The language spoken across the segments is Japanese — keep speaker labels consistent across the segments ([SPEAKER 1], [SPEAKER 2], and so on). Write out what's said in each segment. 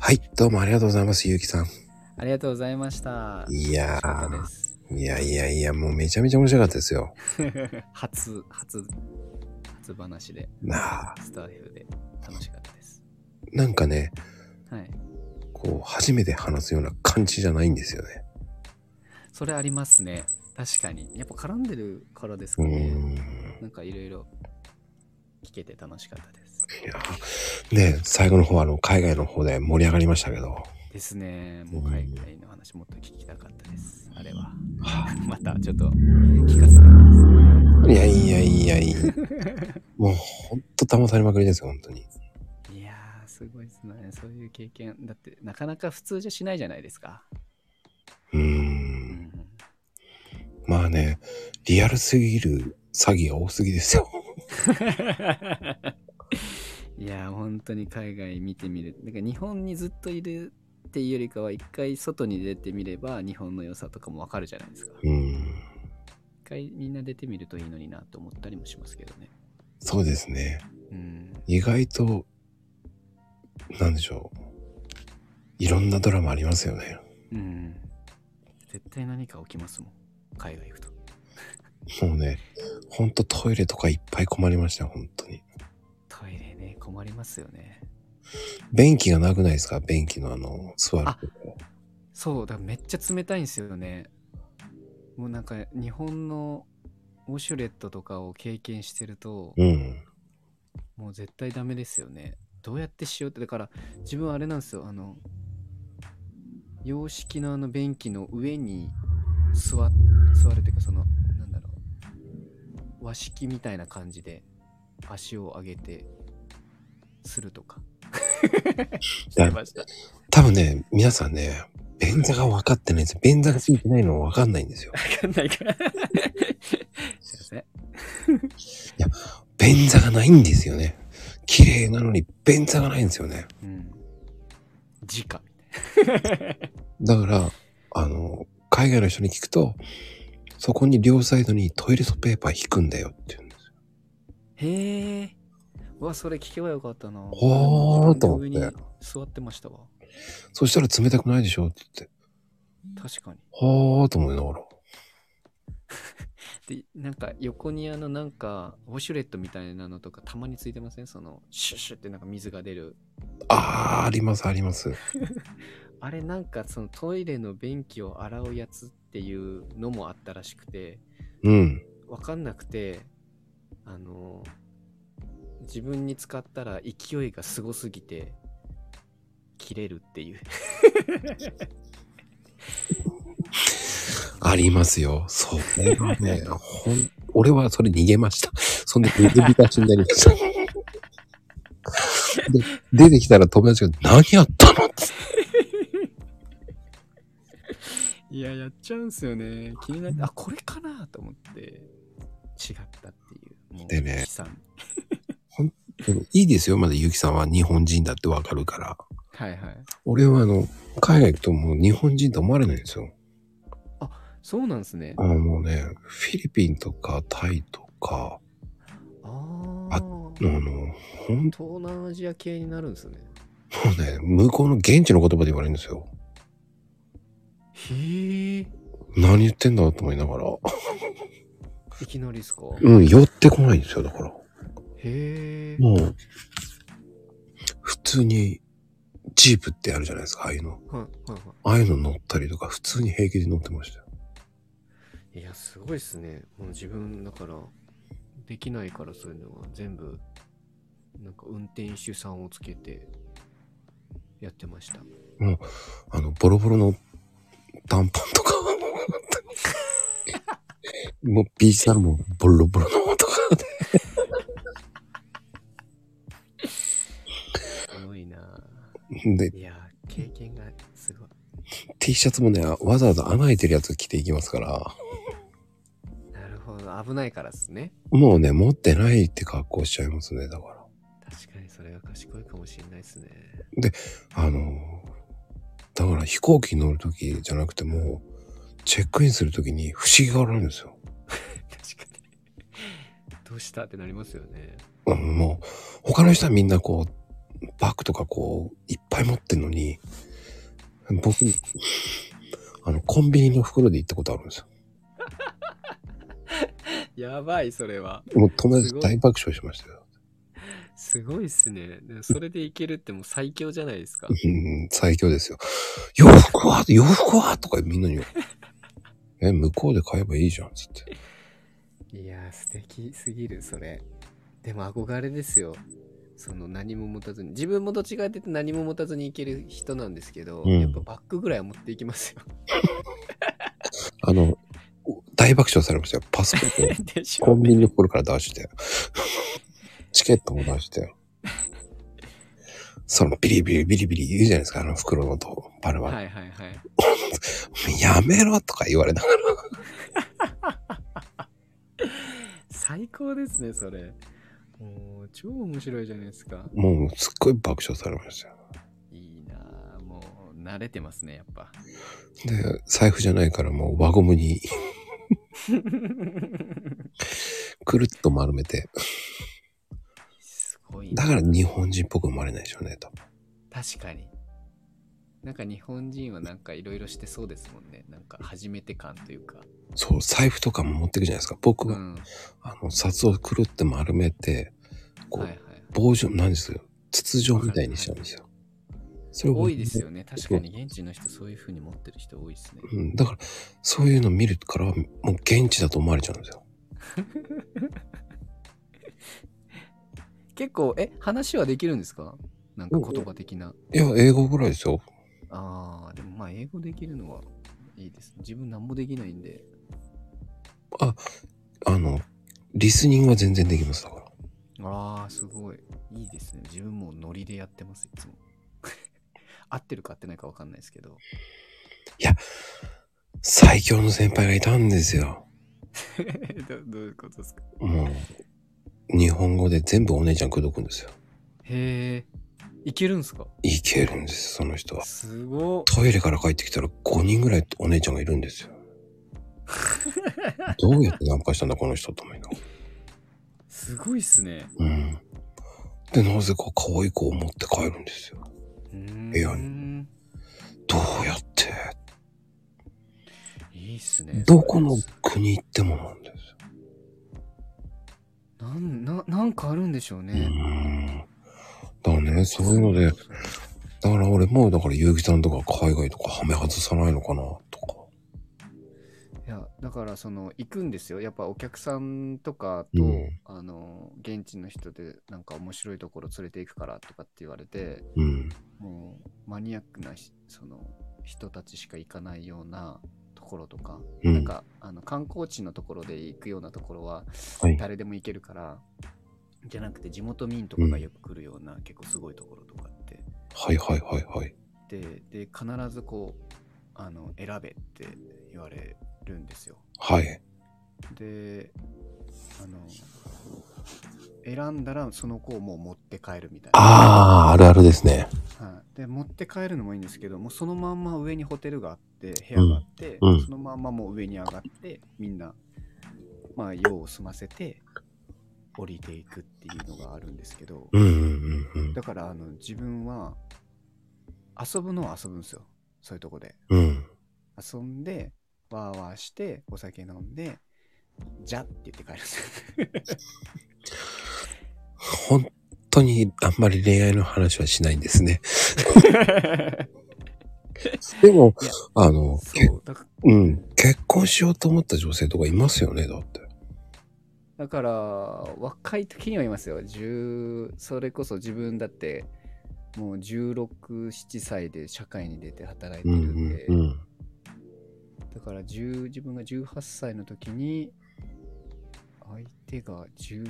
[SPEAKER 1] はい、どうもありがとうございます、ゆうきさん。
[SPEAKER 2] ありがとうございました。
[SPEAKER 1] いや
[SPEAKER 2] 楽しかった
[SPEAKER 1] ー
[SPEAKER 2] で、す。
[SPEAKER 1] いやいやいや、もうめちゃめちゃ面白かったですよ。
[SPEAKER 2] 初、初、初話で、
[SPEAKER 1] なあ、
[SPEAKER 2] スターフで楽しかったです。
[SPEAKER 1] なんかね、
[SPEAKER 2] はい。
[SPEAKER 1] こう、初めて話すような感じじゃないんですよね。
[SPEAKER 2] それありますね。確かに。やっぱ絡んでるからですか
[SPEAKER 1] うー
[SPEAKER 2] ね。
[SPEAKER 1] ん。い
[SPEAKER 2] なんかいろいろ聞けて楽しかったです。
[SPEAKER 1] やね最後の方、あの、海外の方で盛り上がりましたけど、
[SPEAKER 2] ですね。もう
[SPEAKER 1] うん
[SPEAKER 2] 海外の話もっと聞きたかったです。あれは。
[SPEAKER 1] は
[SPEAKER 2] またちょっと聞かせてください。
[SPEAKER 1] いやいやいやいや、もうほんと騙されまくりですよ、本当に。
[SPEAKER 2] いやー、すごいですね。そういう経験。だって、なかなか普通じゃしないじゃないですか。
[SPEAKER 1] うー。
[SPEAKER 2] うんん、
[SPEAKER 1] まあね、リアルすぎる詐欺が多すぎですよ。
[SPEAKER 2] いやー、本当に海外見てみる。なんか日本にずっといるっていうよりかは、一回外に出てみれば、日本の良さとかもわかるじゃないですか。
[SPEAKER 1] うーん。
[SPEAKER 2] 一回みんな出てみるといいのになと思ったりもしますけどね。
[SPEAKER 1] そうですね。
[SPEAKER 2] うん。
[SPEAKER 1] 意外と、なんでしょう。いろんなドラマありますよね。
[SPEAKER 2] うん。絶対何か起きますもん。海外行くと。
[SPEAKER 1] もうね、ほんとトイレとかいっぱい困りましたよ、本当に。
[SPEAKER 2] トイレね、困りますよね。
[SPEAKER 1] 便器がなくないですか便器のあの、座るとこ。
[SPEAKER 2] そう、だからめっちゃ冷たいんですよね。もうなんか日本のウォシュレットとかを経験してると、
[SPEAKER 1] うん。
[SPEAKER 2] もう絶対ダメですよね。どうやってしようって、だから自分はあれなんですよ、あの、洋式のあの便器の上に座座るというか、その、なんだろう、和式みたいな感じで足を上げて、すると か。してました。
[SPEAKER 1] 多分ね、皆さんね、便座が分かってないんですよ。便座がついてないの分かんないんですよ。
[SPEAKER 2] わかんないから。すいません。
[SPEAKER 1] 便座がないんですよね。綺麗なのに便座がないんですよね。
[SPEAKER 2] うん。直みたい
[SPEAKER 1] だから、あの、海外の人に聞くと、そこに両サイドにトイレットペーパー引くんだよっていうんですよ。
[SPEAKER 2] な。へえ。うわ、それ聞けばよかったな。
[SPEAKER 1] ほーと思って
[SPEAKER 2] 自分の上に座ってましたわ。
[SPEAKER 1] そしたら冷たくないでしょって言って、
[SPEAKER 2] 確かに。
[SPEAKER 1] はーと思いながら。
[SPEAKER 2] で、なんか横にあのなんか、ウォシュレットみたいなのとかたまについてませんその、シュッシュってなんか水が出る。
[SPEAKER 1] あー、あります、あります。
[SPEAKER 2] あれなんかそのトイレの便器を洗うやつっていうのもあったらしくて、
[SPEAKER 1] うん。
[SPEAKER 2] わかんなくて、あの、自分に使ったら勢いがすごすぎて、切れるっていう。
[SPEAKER 1] ありますよ。それはね、ほん、俺はそれ逃げました。そんで水浸しになりました。で、出てきたら友達が何やったのって。
[SPEAKER 2] いや、やっちゃうんすよね。気になって、あ、これかなと思って、違ったっていう。もう
[SPEAKER 1] でね
[SPEAKER 2] 悲惨
[SPEAKER 1] でもいいですよ。まだゆきさんは日本人だってわかるから。
[SPEAKER 2] はいはい。
[SPEAKER 1] 俺はあの、海外行くともう日本人と思われないんですよ。
[SPEAKER 2] そうなんすね。
[SPEAKER 1] あもうね、フィリピンとかタイとか、
[SPEAKER 2] あ
[SPEAKER 1] あ
[SPEAKER 2] あ
[SPEAKER 1] あの、ほんと
[SPEAKER 2] 東南アジア系になるんですね。
[SPEAKER 1] もうね、向こうの現地の言葉で言われるんですよ。
[SPEAKER 2] へえ。
[SPEAKER 1] 何言ってんだと思いながら。
[SPEAKER 2] いきなりですか。へ
[SPEAKER 1] うん、寄ってこないんですよ、だから。
[SPEAKER 2] え。
[SPEAKER 1] もう、普通に、ジープってあるじゃないですか、ああいうの。
[SPEAKER 2] はいはいは
[SPEAKER 1] ああいうの乗ったりとか、普通に平気で乗ってましたよ。
[SPEAKER 2] い。いや、すごいですね。もう自分だから、できないからそういうのは全部、なんか運転手さんをつけて、やってました。
[SPEAKER 1] あの、ボロボロの短パン とか、もう、ビーチサルもボロボロのとかで、
[SPEAKER 2] すごいな
[SPEAKER 1] で、
[SPEAKER 2] ぁ。いやー、経験がすごい。
[SPEAKER 1] T シャツもね、わざわざ穴開いてるやつ着ていきますから、
[SPEAKER 2] なるほど。危ないからですね。
[SPEAKER 1] もうね、持ってないって格好しちゃいますね、だから。
[SPEAKER 2] 確かにそれは賢いかもしれないですね。
[SPEAKER 1] あの、だから飛行機に乗るときじゃなくてもう、チェックインするときに不思議があるんですよ。
[SPEAKER 2] 確かに。どうしたってなりますよね。
[SPEAKER 1] うんもう、他の人はみんなこう、バッグとかこう、いっぱい持ってんのに、僕、あの、コンビニの袋で行ったことあるんですよ。
[SPEAKER 2] やばい、それは。
[SPEAKER 1] もう友達大爆笑しましたよ。
[SPEAKER 2] すごいっすね。でもそれでいけるってもう最強じゃないですか。
[SPEAKER 1] うん、最強ですよ。洋服は洋服はとかみんなに言う。え、向こうで買えばいいじゃん、つって。
[SPEAKER 2] いやー、素敵すぎる、それ。でも憧れですよ。その何も持たずに。自分もどっちかって言って何も持たずに行ける人なんですけど、
[SPEAKER 1] うん
[SPEAKER 2] やっぱバッグぐらいは持っていきますよ。
[SPEAKER 1] あの、大爆笑されましたよ。パスポートを
[SPEAKER 2] でし
[SPEAKER 1] コ
[SPEAKER 2] ょ
[SPEAKER 1] ンビニの袋から出して。チケットも出して。そのビリビリビリビリ言うじゃないですか、あの袋の音、バラバ
[SPEAKER 2] はい
[SPEAKER 1] ラ。
[SPEAKER 2] はいはい。
[SPEAKER 1] やめろとか言われながら。
[SPEAKER 2] 最高ですね、それ。もう、超面白いじゃないですか。
[SPEAKER 1] もうすっごい爆笑されましたよ。
[SPEAKER 2] いいなぁ。もう、慣れてますね、やっ ぱ。
[SPEAKER 1] で、財布じゃないからもう輪ゴムにくるっと丸めて。
[SPEAKER 2] すごい
[SPEAKER 1] だ
[SPEAKER 2] な。
[SPEAKER 1] から日本人っぽく生まれないでしょうね、多分。
[SPEAKER 2] 確かに。なんか日本人はなんかいろいろしてそうですもんね。なんか初めて感というか。
[SPEAKER 1] そう、財布とかも持ってくじゃないですか。僕
[SPEAKER 2] う
[SPEAKER 1] が、
[SPEAKER 2] ん。は
[SPEAKER 1] あの、札をくるって丸めて、
[SPEAKER 2] い
[SPEAKER 1] こう、
[SPEAKER 2] はい。
[SPEAKER 1] 棒状、何ですよ。筒状みたいにしちゃうんですよ。それを
[SPEAKER 2] 多いですよね。確かに現地の人そういう風に持ってる人多いですね。
[SPEAKER 1] うん、だから、そういうの見るから、もう現地だと思われちゃうんですよ。
[SPEAKER 2] 結構、え、話はできるんですかなんか言葉的な。
[SPEAKER 1] いや、英語ぐらいですよ。
[SPEAKER 2] ああ、でもまあ英語できるのはいいです。自分何もできないんで。
[SPEAKER 1] あの、リスニングは全然できますだから。
[SPEAKER 2] ああ、すごい。いいですね。自分もうノリでやってます、いつも。 合ってるか合ってないか分かんないですけど。
[SPEAKER 1] 最強の先輩がいたんですよ。
[SPEAKER 2] どどういうことですか
[SPEAKER 1] もう、日本語で全部お姉ちゃん口説くんですよ。
[SPEAKER 2] へえ、いけるんすか
[SPEAKER 1] いけるんです、その人は。
[SPEAKER 2] すごっ。
[SPEAKER 1] トイレから帰ってきたら5人ぐらいお姉ちゃんがいるんですよ。どうやってナンパしたんだ、この人と思いながら。
[SPEAKER 2] すごいっすね。
[SPEAKER 1] うん。で、なぜか可愛い子を持って帰るんですよ。
[SPEAKER 2] うーん
[SPEAKER 1] 部屋どうやって
[SPEAKER 2] いいっすね。
[SPEAKER 1] どこの国行ってもなんですよ。
[SPEAKER 2] なんななんかあるんでしょう
[SPEAKER 1] う
[SPEAKER 2] ね。
[SPEAKER 1] ん。だね、そういうので、だから俺も、だから結城さんとか海外とかはめ外さないのかな、とか。
[SPEAKER 2] いや、だからその、行くんですよ。やっぱお客さんとかと、
[SPEAKER 1] うん
[SPEAKER 2] あの、現地の人でなんか面白いところ連れて行くからとかって言われて、
[SPEAKER 1] うん。
[SPEAKER 2] もうマニアックなひその人たちしか行かないようなところとか、
[SPEAKER 1] うん
[SPEAKER 2] なんかあの観光地のところで行くようなところは
[SPEAKER 1] はい
[SPEAKER 2] 誰でも行けるから、じゃなくて地元民とかがよく来るような、結構すごいところとかって
[SPEAKER 1] はいはいはいはい。
[SPEAKER 2] でで必ずこうあの選べって言われるんですよ
[SPEAKER 1] はい。
[SPEAKER 2] であの選んだらその子をもう持って帰るみたいな
[SPEAKER 1] ああ、あるあるですね。
[SPEAKER 2] はい、で持って帰るのもいいんですけどもうそのまんま上にホテルがあって部屋があって、
[SPEAKER 1] うんうん
[SPEAKER 2] そのまんまもう上に上がってみんな、まあ、用を済ませて降りていくっていうのがあるんですけど
[SPEAKER 1] うんうんうん
[SPEAKER 2] だからあの自分は遊ぶのは遊ぶんですよそういうとこで
[SPEAKER 1] うん。うん。
[SPEAKER 2] 遊んでわーわーしてお酒飲んでじゃって言って帰るんですよ
[SPEAKER 1] 本当にあんまり恋愛の話はしないんですね。 でも
[SPEAKER 2] いや、
[SPEAKER 1] あの、け
[SPEAKER 2] そうだか
[SPEAKER 1] う
[SPEAKER 2] ら
[SPEAKER 1] ん、結婚しようと思った女性とかいますよね、だって。
[SPEAKER 2] だから若い時にはいますよ10それこそ自分だってもう1617歳で社会に出て働いて
[SPEAKER 1] う
[SPEAKER 2] る
[SPEAKER 1] ん
[SPEAKER 2] んで、
[SPEAKER 1] うんうん。
[SPEAKER 2] だから10自分が18歳の時に相手が16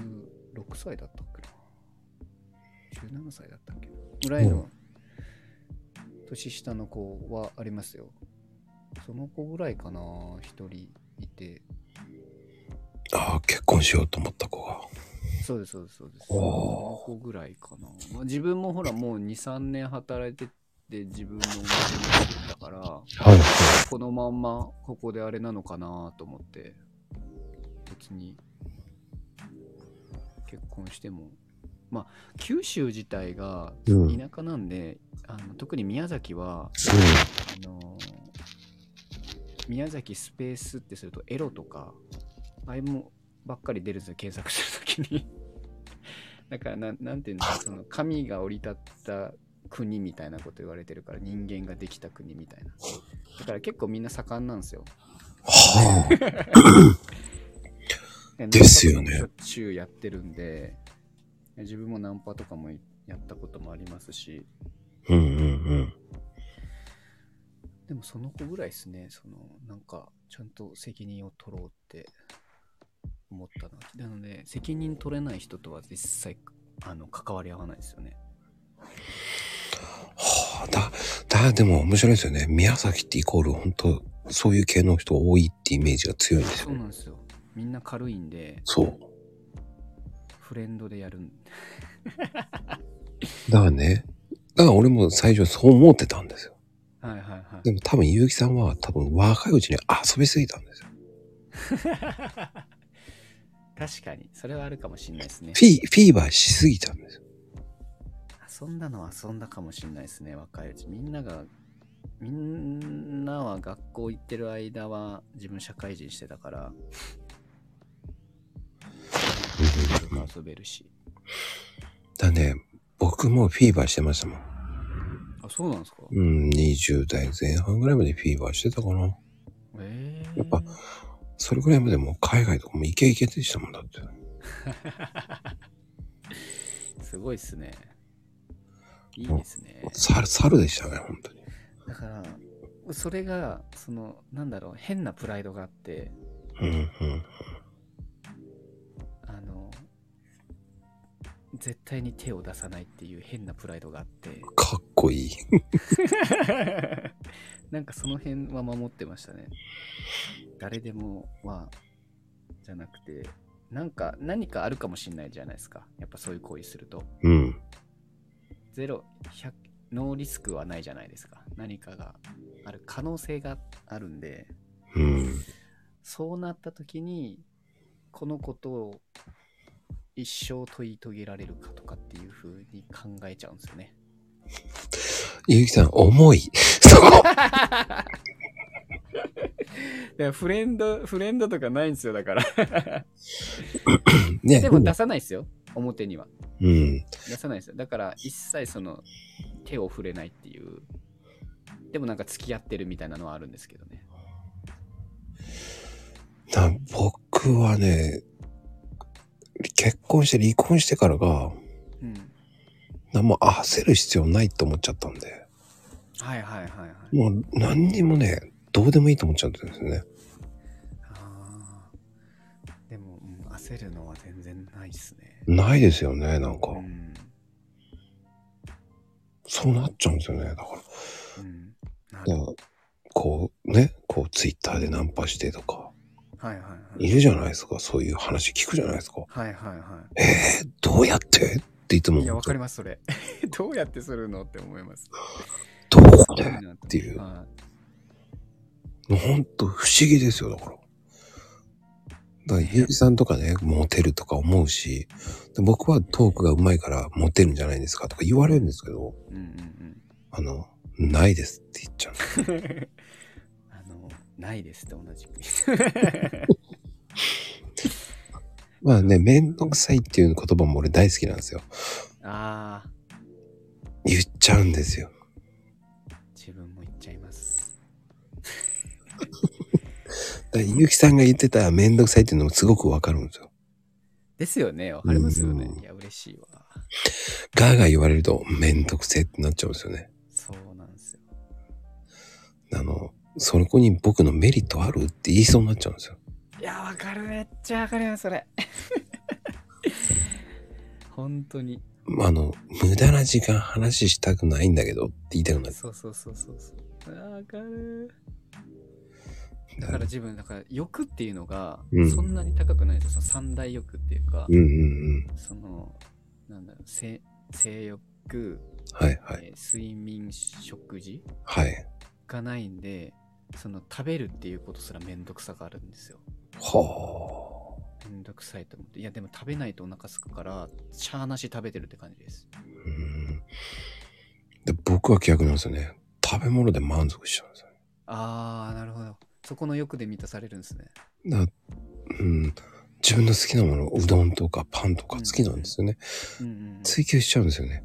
[SPEAKER 2] 歳だったっけな17歳だったっけなぐらいの年下の子はありますよその子ぐらいかな一人いて
[SPEAKER 1] ああ、結婚しようと思った子が。
[SPEAKER 2] そうですそうですそうです。
[SPEAKER 1] お
[SPEAKER 2] そ
[SPEAKER 1] ー
[SPEAKER 2] の子ぐらいかな。まあ、自分もほらもう2、3年働いてて自分のお店に行ったから、
[SPEAKER 1] はい。
[SPEAKER 2] このまんまここであれなのかなと思って、別に結婚してもまあ九州自体が
[SPEAKER 1] うん。うん。
[SPEAKER 2] 田舎なんで、あの特に宮崎はあのー宮崎スペースってするとエロとかああいうもばっかり出るんですよ検索するときに だからなんなんていうのその神が降り立った国みたいなこと言われてるから人間ができた国みたいなだから結構みんな盛んなんですよ
[SPEAKER 1] はあ。ですよね
[SPEAKER 2] ナンパとかもしょっちゅうやってるんで自分もナンパとかもやったこともありますし
[SPEAKER 1] うんうん
[SPEAKER 2] でもその子ぐらいですね、そのなんかちゃんと責任を取ろうって思ったな。なので、責任取れない人とは実際あの関わり合わないですよね。
[SPEAKER 1] うん。はあ。だ、だ、でも面白いですよね。宮崎ってイコール本当そういう系の人多いってイメージが強いんです
[SPEAKER 2] そ
[SPEAKER 1] よ
[SPEAKER 2] う
[SPEAKER 1] ね。
[SPEAKER 2] なんですよ。みんな軽いんで、
[SPEAKER 1] そう。
[SPEAKER 2] フレンドでやるん。
[SPEAKER 1] だからね。だから俺も最初そう思ってたんですよ。
[SPEAKER 2] はいはいは
[SPEAKER 1] でも多分結城さんは多分若いうちに遊びすぎたんですよ。
[SPEAKER 2] い。確かに、それはあるかもしれないですね。
[SPEAKER 1] フィフィーバーしすぎたんですよ。
[SPEAKER 2] 遊んだのは遊んだかもしれないですね、若いうち。みんなが、みんなは学校行ってる間は自分社会人してたから、遊べるし。
[SPEAKER 1] だね、僕もフィーバーしてましたもん。
[SPEAKER 2] あ、そうなんですか
[SPEAKER 1] うん、20代前半ぐらいまでフィーバーしてたかな。
[SPEAKER 2] ええ
[SPEAKER 1] やっぱそれぐらいまでもう海外とかもイケイケでしたもんだって。
[SPEAKER 2] すごいっすね。いいですね。
[SPEAKER 1] 猿、猿でしたね、本当に。
[SPEAKER 2] だから、それが、その、なんだろう、変なプライドがあって、
[SPEAKER 1] うん、うん。
[SPEAKER 2] あの、絶対に手を出さないっていう変なプライドがあ って、
[SPEAKER 1] かっこいい。
[SPEAKER 2] なんかその辺は守ってましたね。誰でもは、じゃなくて、なんか何かあるかもしれないじゃないですか。やっぱそういう行為すると。
[SPEAKER 1] うん。
[SPEAKER 2] ゼロ、100、ノーリスクはないじゃないですか。何かがある可能性があるんで、
[SPEAKER 1] うん。
[SPEAKER 2] そうなった時に、このことを一生問い遂げられるかとかっていう風に考えちゃうんですよね。
[SPEAKER 1] 結城さん、重い。 そこ
[SPEAKER 2] いやフレンド、フレンドとかないんですよ、だから。
[SPEAKER 1] ね。
[SPEAKER 2] でも出さないですよ、表 には。
[SPEAKER 1] うん。
[SPEAKER 2] 出さないですよ。だから、一切その、手を触れないっていう。でもなんか付き合ってるみたいなのはあるんですけどね。
[SPEAKER 1] な僕はね、結婚して離婚してからが、
[SPEAKER 2] うん。
[SPEAKER 1] 何も焦る必要ないと思っちゃったんで、
[SPEAKER 2] はいはいはいはい。
[SPEAKER 1] もう何にもね、どうでもいいと思っちゃったんですよね。
[SPEAKER 2] あーでも、うん焦るのは全然ないですね。
[SPEAKER 1] ないですよね、なんか
[SPEAKER 2] う。ん。
[SPEAKER 1] そうなっちゃうんですよね。だから、
[SPEAKER 2] うん。なる
[SPEAKER 1] だからこうね、こうツイッターでナンパしてとか、
[SPEAKER 2] はいはいはい。
[SPEAKER 1] いるじゃないですか、そういう話聞くじゃないですか。
[SPEAKER 2] はいはいは
[SPEAKER 1] え、どうやってっていつも
[SPEAKER 2] い。いや、わかり
[SPEAKER 1] ま
[SPEAKER 2] ます、それ。 どうやってするのって思います。
[SPEAKER 1] どこ
[SPEAKER 2] す
[SPEAKER 1] で
[SPEAKER 2] ごいなって
[SPEAKER 1] いう
[SPEAKER 2] は
[SPEAKER 1] ほんと不思議ですよ、だから。だから、ゆうきさんとかね、モテるとか思うし、で僕はトークが上手いからモテるんじゃないですかとか言われるんですけど、
[SPEAKER 2] いうんうん
[SPEAKER 1] あの、ないですって言っちゃう。
[SPEAKER 2] うん。 あの、ないですって同じく。
[SPEAKER 1] まあね、めんどくさいっていう言葉も俺大好きなんですよ。
[SPEAKER 2] ああ、
[SPEAKER 1] 言っちゃうんですよ。
[SPEAKER 2] 自分も言っちゃいます。
[SPEAKER 1] だから、ゆうきさんが言ってためんどくさいっていうのもすごくわかるんですよ。
[SPEAKER 2] ですよね、わかりますよね
[SPEAKER 1] う。ん
[SPEAKER 2] いや、嬉しいわ。
[SPEAKER 1] ガーガー言われるとめんどくせえってなっちゃうんですよね。
[SPEAKER 2] そうなんですよ。
[SPEAKER 1] あの、そこに僕のメリットあるって言いそうになっちゃうんですよ。
[SPEAKER 2] いや、わかる。めっちゃわかります、それ。 本当に。
[SPEAKER 1] まああの、無駄な時間話したくないんだけどって言いたくなっちゃ
[SPEAKER 2] そうそうそうそうそう。わかる。
[SPEAKER 1] う
[SPEAKER 2] だから自分、だから欲っていうのが
[SPEAKER 1] うん、
[SPEAKER 2] そんなに高くないですよ。その三大欲っていうか
[SPEAKER 1] う、んうんうん。
[SPEAKER 2] その、なんだろう、性性欲、
[SPEAKER 1] はいはい。
[SPEAKER 2] えー睡眠、食事
[SPEAKER 1] はい。
[SPEAKER 2] がないんで、その食べるっていうことすらめんどくさがあるんですよ。
[SPEAKER 1] は
[SPEAKER 2] めんどくさいと思って。いや、でも食べないとお腹すくから、しゃーなし食べてるって感じです。
[SPEAKER 1] うんで僕は逆なんですよね。食べ物で満足しちゃうんですよ。
[SPEAKER 2] あー、なるほど。そこの欲で満たされるんですね。
[SPEAKER 1] だうん、自分の好きなもの、うどんとかパンとか好きなんですよね。
[SPEAKER 2] うんうんうん。
[SPEAKER 1] 追求しちゃうんですよね。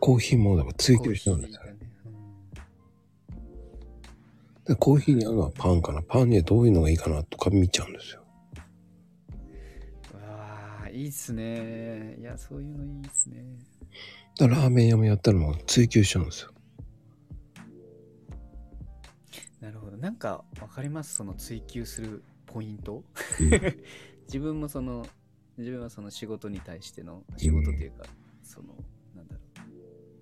[SPEAKER 1] コーヒーもだから追求しちゃうんですよね。でコーヒーに合うのはパンかな。パンにはどういうのがいいかなとか見ちゃうんですよ。
[SPEAKER 2] うわー、いいっすね。いや、そういうのいいっすね。
[SPEAKER 1] だからラーメン屋もやったらもう追求しちゃうんですよ。
[SPEAKER 2] なるほど。なんかわかりますその追求するポイント
[SPEAKER 1] うん
[SPEAKER 2] 自分もその、自分はその仕事に対しての、仕事というか、その、なんだろう、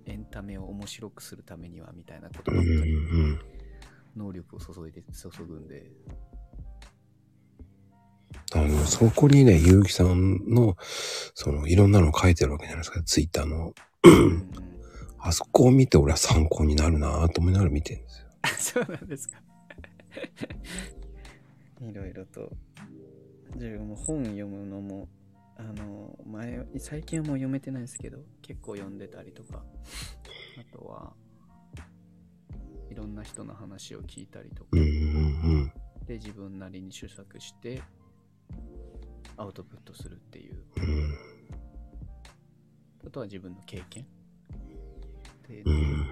[SPEAKER 2] エンタメを面白くするためにはみたいなこと
[SPEAKER 1] うん
[SPEAKER 2] ばっ
[SPEAKER 1] う
[SPEAKER 2] か
[SPEAKER 1] んう
[SPEAKER 2] り
[SPEAKER 1] ん。
[SPEAKER 2] 能力を注いで、注ぐん で。
[SPEAKER 1] あの、そこにね、ゆうきさんの、その、いろんなの書いてるわけじゃないですか。ツイッターの。
[SPEAKER 2] うんうん
[SPEAKER 1] あそこを見て俺は参考になるなぁと思いながら見てるんですよ。
[SPEAKER 2] あそうなんですか。 いろいろと。自分も本読むのも、あの、前、最近はもう読めてないですけど、結構読んでたりとか、あとは、いろんな人の話を聞いたりとか
[SPEAKER 1] うん、うん
[SPEAKER 2] で、自分なりに修作して、アウトプットするっていう。
[SPEAKER 1] うん。うん
[SPEAKER 2] あとは自分の経験。で、
[SPEAKER 1] うん。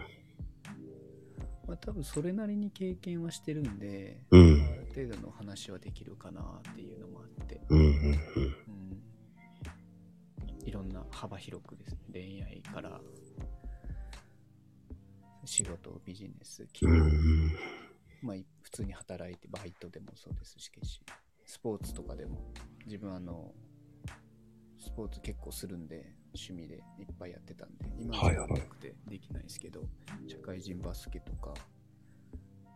[SPEAKER 2] まあ多分それなりに経験はしてるんで、
[SPEAKER 1] うん
[SPEAKER 2] ある程度の話はできるかなっていうのもあって、
[SPEAKER 1] うんうんうん。
[SPEAKER 2] うん、いろんな幅広くですね恋愛から仕事ビジネス
[SPEAKER 1] う
[SPEAKER 2] 企業、
[SPEAKER 1] ん
[SPEAKER 2] まあ、い普通に働いてバイトでもそうですしスポーツとかでも自分あのスポーツ結構するんで趣味でいっぱいやってたんで今
[SPEAKER 1] はいは
[SPEAKER 2] はいなくてできないですけど、社会人バスケとかあ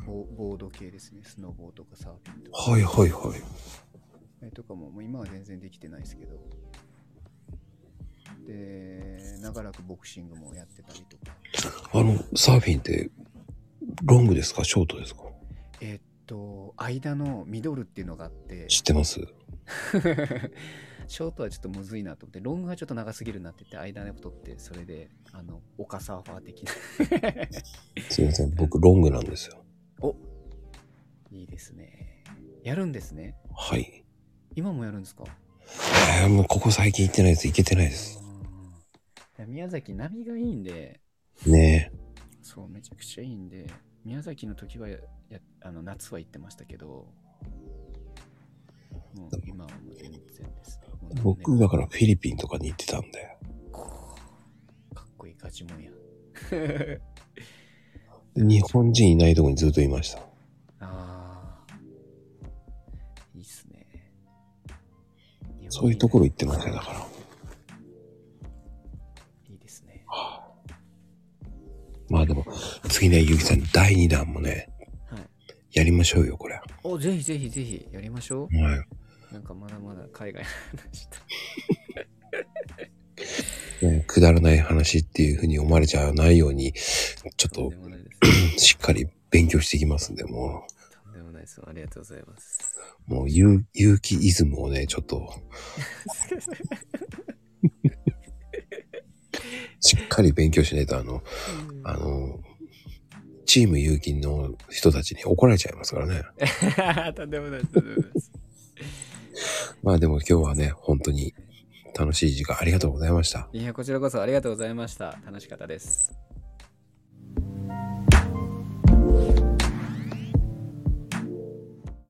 [SPEAKER 2] とボボード系ですねスノボーとかサーフィンとか
[SPEAKER 1] はいはいはい。
[SPEAKER 2] えーとかももう今は全然できてないですけどで長らくボクシングもやってたりとか
[SPEAKER 1] あの、サーフィンって、ロングですかショートですか
[SPEAKER 2] えーっと間のミドルっていうのがあって
[SPEAKER 1] 知ってます
[SPEAKER 2] ショートはちょっとむずいなと思ってロングがちょっと長すぎるなって言って間のことってそれであの丘サーファー的な
[SPEAKER 1] すいません。僕、ロングなんですよ。
[SPEAKER 2] おいいですねやるんですね
[SPEAKER 1] はい。
[SPEAKER 2] 今もやるんですか
[SPEAKER 1] えー、もうここ最近行ってないです。行けてないです。
[SPEAKER 2] うん宮崎波がいいんで
[SPEAKER 1] ね
[SPEAKER 2] そう、めちゃくちゃいいんで、宮崎の時はややあの夏は行ってましたけど、もう今はもう全然ですね。もう
[SPEAKER 1] え。
[SPEAKER 2] 何年
[SPEAKER 1] 僕、
[SPEAKER 2] も
[SPEAKER 1] だからフィリピンとかに行ってたんで。
[SPEAKER 2] こうかっこいいガチ もんや。
[SPEAKER 1] で日本人いないとこにずっといました。
[SPEAKER 2] ああ。いいっすね。
[SPEAKER 1] そういうところ行ってましたよだから。
[SPEAKER 2] いいですね。
[SPEAKER 1] まあでも、次ね、ゆきさん、第2弾もね、
[SPEAKER 2] はい。
[SPEAKER 1] やりましょうよ、これ。は
[SPEAKER 2] お、ぜひぜひぜひやりましょ
[SPEAKER 1] い。
[SPEAKER 2] う。なんかまだまだ海外の話と。
[SPEAKER 1] ねくだらない話っていうふうに思われちゃわないように、ちょっ
[SPEAKER 2] とん
[SPEAKER 1] と
[SPEAKER 2] でもないです。
[SPEAKER 1] しっかり勉強していきますんで、も
[SPEAKER 2] とんでもないです。ありがとうございます。
[SPEAKER 1] う、もう、ゆう、ゆうきイズムをね、ちょっと、しっかり勉強しないと、あの、あの、チーム有金の人たちに怒られちゃいますからね。
[SPEAKER 2] とんでもないです。とんでもないです。
[SPEAKER 1] まあでも今日はね、本当に楽しい時間ありがとうございました。
[SPEAKER 2] いや、こちらこそありがとうございました。楽しかったです。